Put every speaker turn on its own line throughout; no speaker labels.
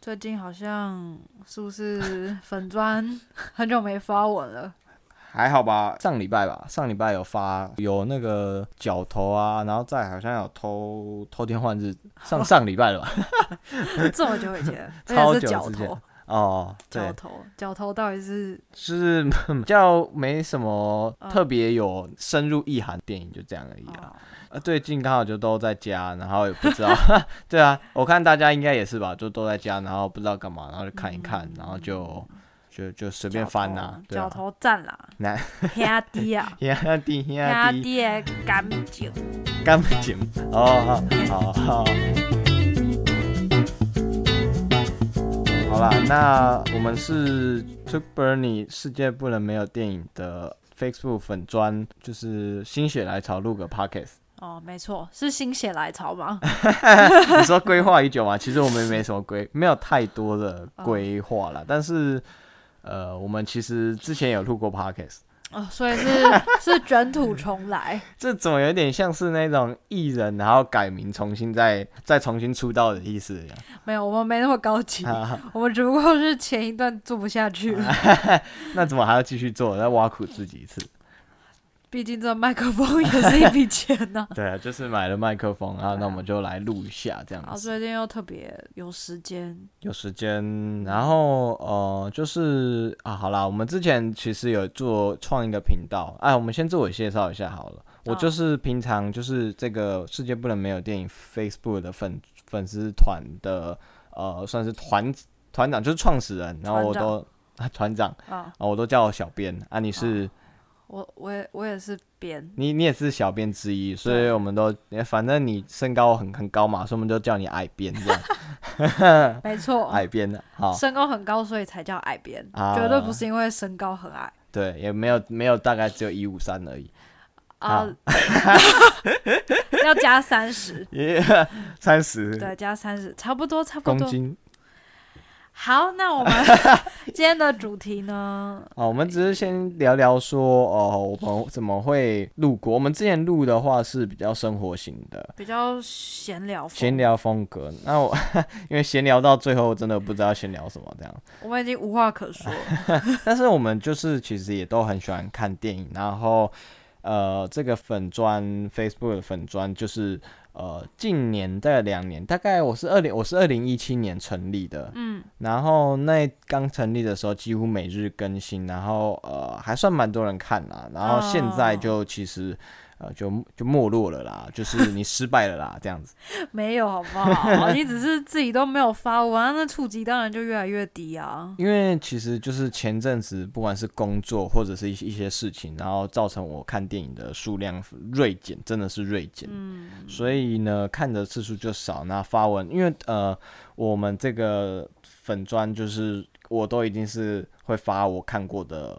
最近好像是不是粉砖很久没发文了？
还好吧，上礼拜吧，上礼拜有发有那个脚头啊，然后再好像有偷偷天换 日，上上礼拜了吧？
这么久以前，
超
而且是
久
脚
之前
头，
哦，对
脚，头，脚头到底是
是比较没什么
嗯
特别有深入意涵的电影，就这样而已啊。
哦
呃，最近刚好就都在家，然后也不知道， 对啊，我看大家应该也是吧，就都在家，然后不知道干嘛，然后就看一看，然后就就就随便翻呐、对
脚
啊。
头赞啦，
那，
兄弟啊
兄弟
兄
兄弟，
弟的感情。
干不紧哦，好好好。好啦，那我们是 Took Bernie 世界不能没有电影的 Facebook 粉砖，就是心血来潮录个 Pocket。
哦，没错，是心血来潮吗？
你说规划已久嘛？其实我们也没什么规，没有太多的规划啦。但是，呃，我们其实之前有录过 podcast，
哦，所以是 是卷土重来。
这怎么有点像是那种艺人然后改名重新再再重新出道的意思一样？
没有，我们没那么高级，
啊
我们只不过是前一段做不下去了，
那怎么还要继续做？再挖苦自 己一次？
毕竟这麦克风也是一笔钱 呢、
对啊，就是买了麦克风啊，那我们就来录一下这
然后
样子。
啊最近又特别有时间，
有时间，然后呃，就是啊，好啦，我们之前其实有做创一个频道，哎，我们先自我介绍一下好了。我
哦
就是平常就是这个世界不能没有电影 Facebook 的粉粉丝团的呃，算是团团长，就是创始人，然后我
团长
都啊团长
啊，
啊，我都叫我小编啊，你是、
我我也我也是编，
你你也是小编之一，所以我们都哎反正你身高很很高嘛，所以我们就叫你矮编这 样，
没错，
矮编的好。
身高很高，所以才叫矮编，
啊
绝对不是因为身高很矮
对，也没有没有，大概只有一五三而已，
啊，要加三 十，
也三十
对，加三十，差不多差不
公
多。
斤
好，那我们 今天的主题呢？
哦。我们只是先聊聊说哦，我们怎么会录过？我们之前录的话是比较生活型的
比较闲聊，
闲。聊风格，那我 因为闲聊到最后真的不知道闲聊什么这样。
我们已经无话可 说了。
但是我们就是其实也都很喜欢看电影，然后呃，这个粉砖 Facebook 的粉砖就是呃近年的两年，大概我是二零我是二零一七年成立的，嗯，然后那刚成立的时候几乎每日更新，然后呃还算蛮多人看啦，然后现在
哦
就其实。呃，就就没落了啦，就是你失败了啦，这样子。
没有好不好？你只是自己都没有发文，啊那触及当然就越来越低啊。
因为其实就是前阵子，不管是工作或者是一些一些事情，然后造成我看电影的数量锐减，真的是锐减。
嗯，
所以呢，看的次数就少。那发文，因为呃，我们这个粉砖就是我都已经是会发我看过的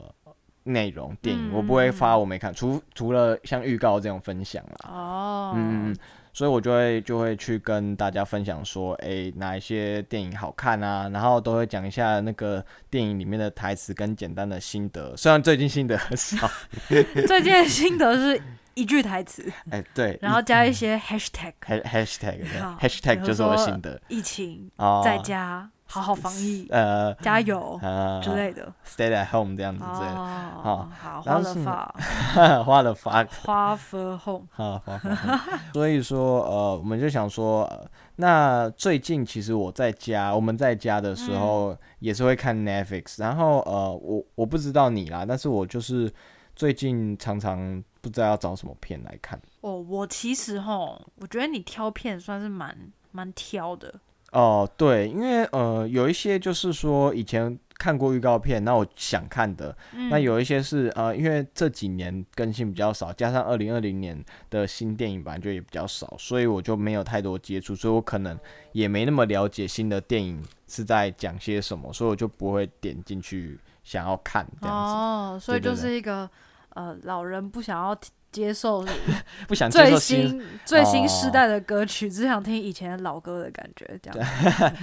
内容电影，
嗯
我不会发我没看，除除了像预告这种分享啦。
哦，
嗯，嗯，所以我就会就会去跟大家分享说，诶，哪一些电影好看啊，然后都会讲一下那个电影里面的台词跟简单的心得。虽然最近心得很少，嗯
最近的心得是一句台词，
哎、 对，
然后加一些 hashtag，
一 ha- hashtag 对
好
hashtag
比
就
如
是我的
说
心得
疫情
啊，
在家好好防疫，
呃
加油
呃
之类的。
，stay at home 这样嗯子之类的，好
哦，好，花
然后
了
是
发，
花了发
花 for home，
哈，好好好 所以说，呃，我们就想说，呃那最近其实我在家，我们在家的时候也是会看 Netflix，、然后呃，我我不知道你啦，但是我就是最近常常不知道要找什么片来看。
哦，我其实吼，我觉得你挑片算是蛮蛮挑的，
哦、对，因为呃，有一些就是说以前看过预告片，那我想看的，
嗯
那有一些是呃，因为这几年更新比较少，加上二零二零年的新电影版就也比较少，所以我就没有太多接触，所以我可能也没那么了解新的电影是在讲些什么，所以我就不会点进去想要看这样子。
哦，所以
对对
就
对
是一个呃，老人不想要接 受
不想接
最
受新，哦
新 最新时代的歌曲，只想听以前的老歌的感觉，这样。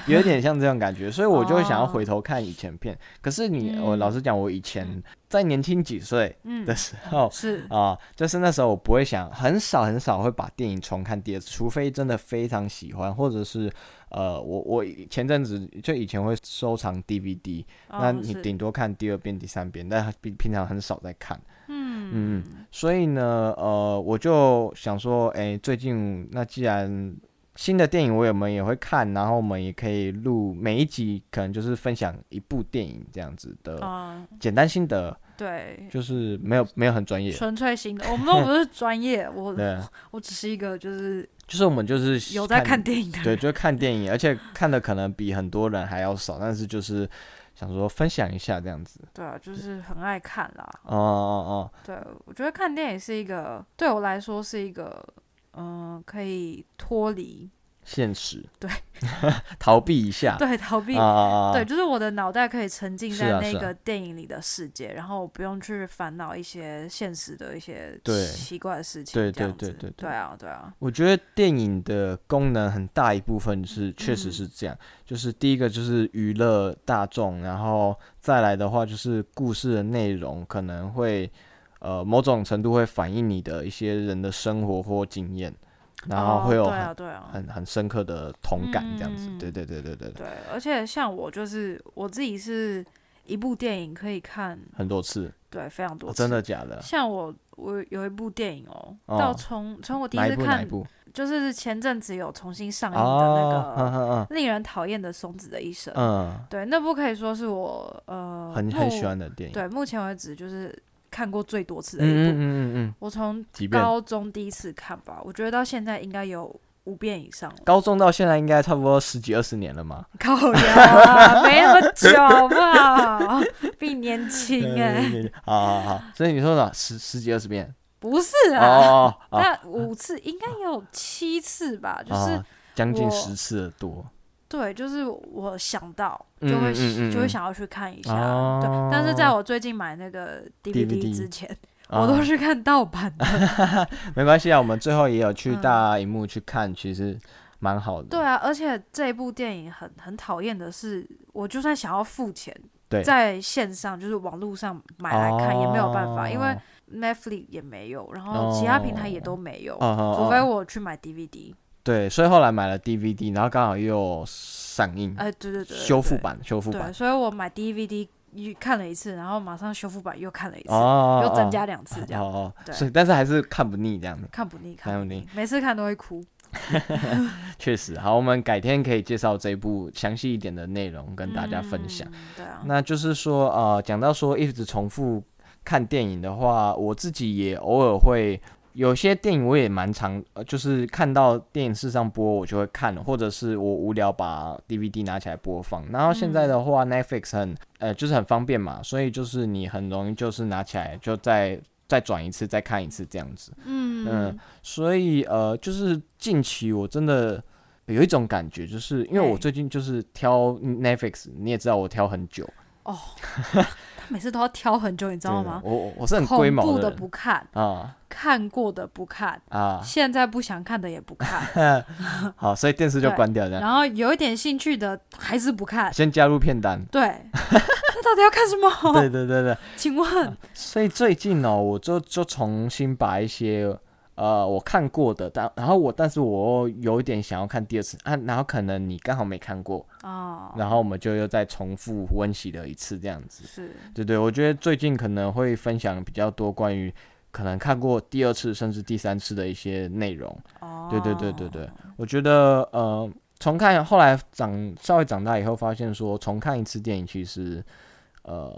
有点像这种感觉，所以我就会想要
哦
回头看以前片。可是你，
嗯
我老实讲，我以前在年轻几岁
嗯
的，时候，
是
啊、就是那时候我不会想，很少很少会把电影重看第二次，除非真的非常喜欢，或者是呃，我我前阵子就以前会收藏 DVD，、那
哦
你
是
顶多看第二遍、第三遍，但平平常很少在看。嗯嗯，所以呢，呃，我就想说，哎、最近那既然新的电影我们也会看，然后我们也可以录每一集，可能就是分享一部电影这样子的
啊，
简单心得，
对，
就是没有没有很专业。
纯粹型的，我们都不是专业，我
对，
我只是一个就是
就是我们就是
有在看电影的
对，
人，
就看电影，而且看的可能比很多人还要少，但是就是想说分享一下这样子。
对啊，就是很爱看啦。
哦哦
对，我觉得看电影是一个对我来说是一个，嗯、可以脱离
哦，现实，
对，
逃避一下，
对逃避
啊啊，
对，就是我的脑袋可以沉浸
是
在
啊
那
是啊
个电影里的世界，然后我不用去烦恼一些现实的一些
对
奇怪的事情。
对
这样
对对
子
对对
对啊，对啊，
我觉得电影的功能很大一部分
嗯
是，确实是这样。就是第一个就是娱乐大众，然后再来的话就是故事的内容可能会，呃，某种程度会反映你的一些人的生活或经验，然后会有
哦、
很、
对啊，对啊，
很很深刻的同感这样子
嗯嗯。嗯
对对对对对，
对。而且像我就是我自己是一部电影可以看
很多次，
对非常多
哦
次、
真的假的？
像我我有一部电影哦，
哦
到从从我第一
哪一
次
部哪一
看，
部？
就是前阵子有重新上映的
哦，
那
嗯
个呃
嗯
令人讨厌的松子的一生。
嗯
对，那部可以说是我呃
嗯，很很
目
喜欢的电影。
对，目前为止就是看过最多次的一部。
嗯嗯嗯嗯嗯，
我从
几遍？。
高中第一次看吧，我觉得到现在应该有五遍以上了
高中到现在应该差不多十几二十年了嘛。
靠呀啦，啊没那么久吧，比你年轻哎、
对，好好好，所以你说呢？十十几二十遍？
不是
哦
啊，
哦哦哦，
那五次应该有七次吧，就是、
哦将近
我
十次的多。
对，就是我想到就
嗯
会、
嗯嗯嗯
就会
嗯
想要去看一下，
哦
对。但是在我最近买那个
DVD
之前，
啊
我都是看盗版的。
没关系啊，我们最后也有去
嗯
大荧幕去看，其实蛮好的。
对啊，而且这部电影很很讨厌的是，我就算想要付钱，
对
在线上就是网络上买来看、也没有办法，因为
哦
Netflix 也没有，然后其他平台也都没有，
哦哦
除非
哦
我去买 DVD。
对，所以后来买了 DVD，然后刚好又有上映
哎、对对对对，
嗯修复
对。
版，修复
对，
版
所以我买 DVD 一看了一次，然后马上修复版又看了一次，
哦，
又增
哦
加两次，这样、
哦哦，
对
所以但是还是看不腻这样的，
看不腻，
看不腻，
每次看都会哭。
确实。好，我们改天可以介绍这一部详细一点的内容跟大家分享。
嗯，对啊，
那就是说，呃，讲到说一直重复看电影的话，我自己也偶尔会有些电影我也蛮常，呃，就是看到电影市上播我就会看，或者是我无聊把 DVD 拿起来播放。然后现在的话、n e t f l i x 很呃就是很方便嘛，所以就是你很容易就是拿起来就再再转一次再看一次这样子。
嗯
嗯所以呃，就是近期我真的有一种感觉，就是因为我
哎
最近就是挑 Netflix，你也知道我挑很久，
哦，他每次都要挑很久，你知
知
道吗？
我我我是很龟
恐
毛
怖的
人
不看，
啊
看过的不看，
啊，
现在不想看的也不看，
好，所以电视就
对
关掉这样，
然后有一点兴趣的还是不看。
先加入 片单。
对，那到底要看什么？
对对对对，
请问，
所以最近呢、我就就重新把一些呃我看过的，但然后我但是我又有一点想要看第二次啊，然后可能你刚好没看过，
哦，
然后我们就又再重复温习了一次这样子。
是，
对对，我觉得最近可能会分享比较多关于可能看过第二次甚至第三次的一些内容。
哦，
对对对对对，我觉得呃，重看后来长稍微长大以后，发现说重看一次电影，其实呃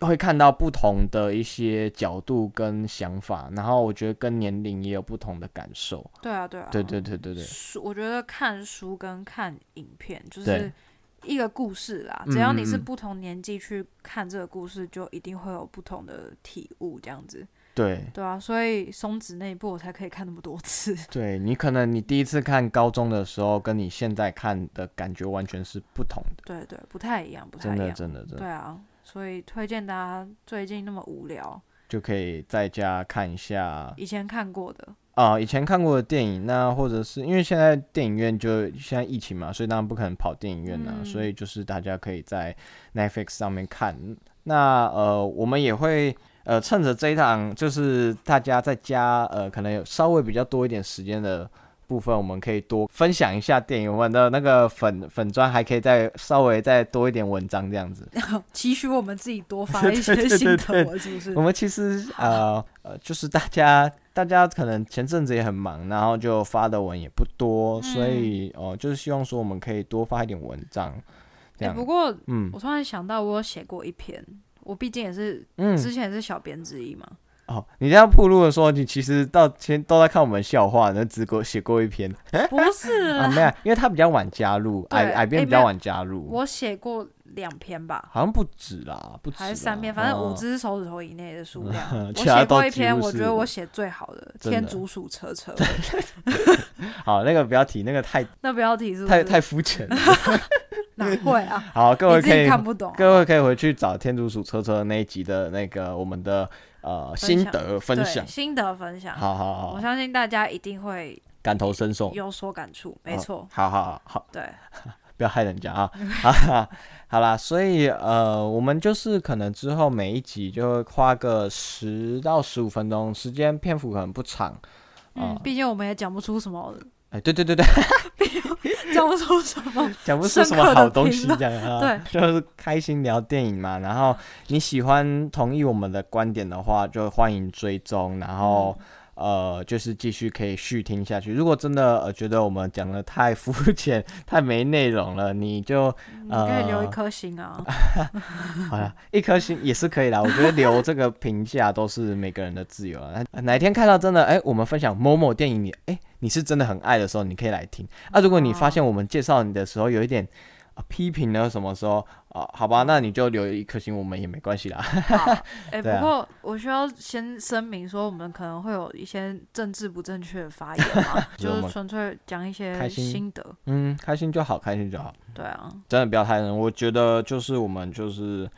会看到不同的一些角度跟想法，然后我觉得跟年龄也有不同的感受。
对啊，对啊，
对对对对对，
书，我觉得看书跟看影片就
对
是一个故事啦。只要你是
嗯嗯嗯
不同年纪去看这个故事，就一定会有不同的体悟，这样子。
对
对啊，所以松子那一部我才可以看那么多次。
对，你可能你第一次看高中的时候，跟你现在看的感觉完全是不同的，
对对，不太一样，不太
真
一
的
样。
真的真的
对。啊，所以推荐大家最近那么无聊，
就可以在家看一下啊、
以前看过的，
以前看过的电影，那或者是因为现在电影院就现在疫情嘛，所以当然不可能跑电影院啦、
嗯
所以就是大家可以在 Netflix 上面看。那呃，我们也会呃趁着这一档，就是大家在家呃可能有稍微比较多一点时间的部分，我们可以多分享一下电影。我们的那个粉粉砖还可以再稍微再多一点文章这样子。
期许我们自己多发一些
对对
心
对哦
得文，是不是
我？们其实呃呃，就是大家大家可能前阵子也很忙，然后就发的文也不多，所
嗯
以哦、呃就是希望说我们可以多发一点文章，这
哎、
样。
不过
嗯
我突然想到，我有写过一篇，我毕竟也是
嗯
之前也是小编之一嘛。
哦，你这样铺路的时候，你其实到前都在看我们笑话，那只给我写过一 篇
不是
啊，
啦，
没有，因为他比较晚加入，
对
矮矮边
哎
比较
没有
晚加入，
我写过两篇吧，
好像不止啦，不止
还是三
啦
篇，反正五
哦
只手指头以内的数量。 我
其他
写
都
过一
几
篇，
乎
我觉
是哦
得我写最好的《
真
天
的
竺鼠车车》
好，那个不要提，那个太
那标题是不
太
是？
太肤浅了。
哪会啊？
好，各
你
位
自
可以
己看不懂。
各位可以回去找天竺鼠车车那一集的那个我们的呃
分
心
享
得分
对
享，
心得分享。
好好
我
好，
相信大家一定会
感同身受，
有所感触，没
好
错，
好好好好，
对，
不要害人家啊，哈哈，好啦，所以呃，我们就是可能之后每一集就会花个十到十五分钟，时间篇幅可能不长，
嗯
啊，
毕竟我们也讲不出什 么，
哎、对对对对，
讲不出什 么，
讲不出什
深
么
刻
好
的
东
评
西，
论
这样 啊，就是开心聊电影嘛。然后你喜欢同意我们的观点的话，就欢迎追踪，然后、
嗯
呃，就是继续可以续听下去。如果真的呃觉得我们讲的太肤浅、太没内容了，你就
嗯你可以留一
呃
颗心 啊，
好了，一颗星也是可以啦。我觉得留这个评价都是每个人的自由啊。那哪一天看到真的哎、我们分享某某电影，你哎、你是真的很爱的时候，你可以来听啊。如果你发现我们介绍你的时候有一点。啊批评了什么时候啊？好吧，那你就留一颗星，我们也没关系啦。
好哎，
对啊
不过我需要先声明说，我们可能会有一些政治不正确的发言嘛，
我
就是
们
纯粹讲一些
开心
心得，
嗯，开心就好，开心就好，
对啊，
真的不要太认真。我觉得就是我们就是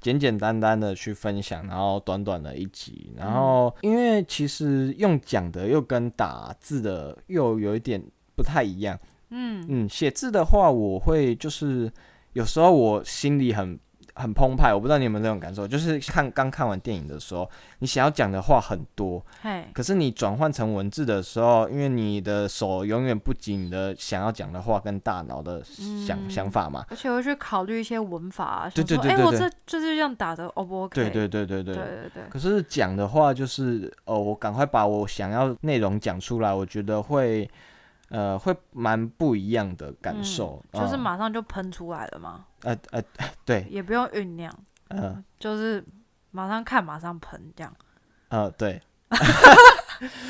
简简单单的去分享，然后短短的一集，然后
嗯
因为其实用讲的又跟打字的又有一点不太一样。
嗯
嗯，写字的话，我会就是有时候我心里很很澎湃，我不知道你有没有这种感受，就是看刚看完电影的时候，你想要讲的话很多，
嘿，
可是你转换成文字的时候，因为你的手永远不及你的想要讲的话跟大脑的想、
嗯
想法嘛。
而且会去考虑一些文法啊，
对
想说
对对
哎，
对
我
对
这这就这样打的，O 不 OK？
对对对对对。
对对对，
可是讲的话就是，哦，我赶快把我想要内容讲出来，我觉得会，呃，会蛮不一样的感
嗯
受。
就是
嗯，
马上就喷出来了嘛，
呃呃，对，
也不用酝酿，
嗯。
就是马上看马上喷这样。
呃，对。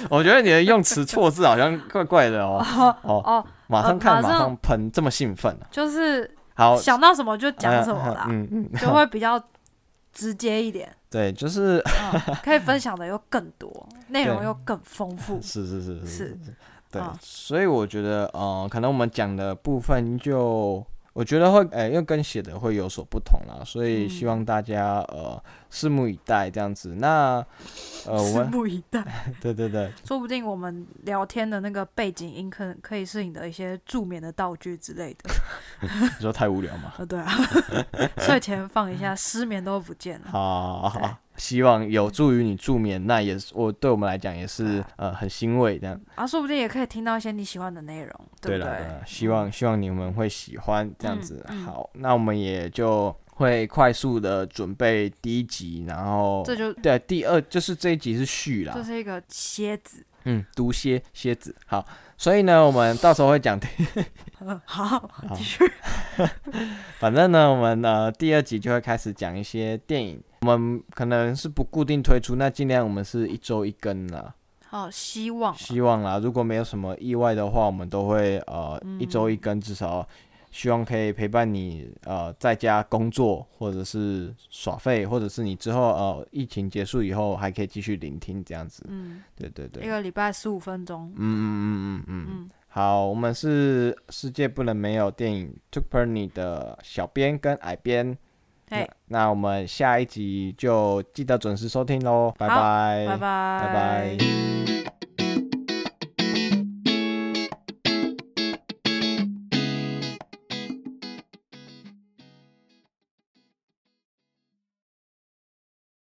我觉得你的用词错字好像怪怪的哦。哦，
哦，
马上看，
呃马
马
上
上喷，这么兴奋啊！
就是
好，
想到什么就
呃
讲什么啦，
嗯嗯，
就会比较直接一点，
对，就是
嗯，可以分享的又更多，内容
对。
又更丰富
是是 是
是，
对
啊。
所以我觉得，呃，可能我们讲的部分就，我觉得会，呃，又跟写的会有所不同啦。所以希
嗯
望大家呃拭目以待这样子。那呃，我
拭
们
目以待，
对对对，
说不定我们聊天的那个背景音可能可以是你的一些助眠的道具之类的。
你说太无聊 嘛？
呃，对啊，睡前放一下，失眠都不见了。
好好好
对
好，希望有助于你助眠，那也是我对我们来讲也
嗯
是呃很欣慰这样。
啊，说不定也可以听到一些你喜欢的内容，不
啦
对？嗯
啦希望希望你们会喜欢这样子。
嗯嗯
好，那我们也就会快速的准备第一集，然后
这就
对啊第二就是这一集是续啦
这，是一个蝎子。
嗯，毒蝎蝎子。好，所以呢，我们到时候 会讲第，
嗯，好，继续。
反正呢，我们呃第二集就会开始讲一些电影，我们可能是不固定推出，那尽量我们是一周一更啦。
好，希望啊
希望啦，如果没有什么意外的话，我们都会呃
嗯
一周一更，至少希望可以陪伴你呃在家工作，或者是耍废，或者是你之后呃疫情结束以后还可以继续聆听这样子。
嗯，
对对对，
一
嗯
个礼拜十五分钟。
嗯嗯嗯嗯。
嗯，
好，我们是世界不能没有电影 t u p e r n y 的小编跟矮编，
嘿，
那我们下一集就记得准时收听喽，拜
好
拜，
嗯拜拜，
拜拜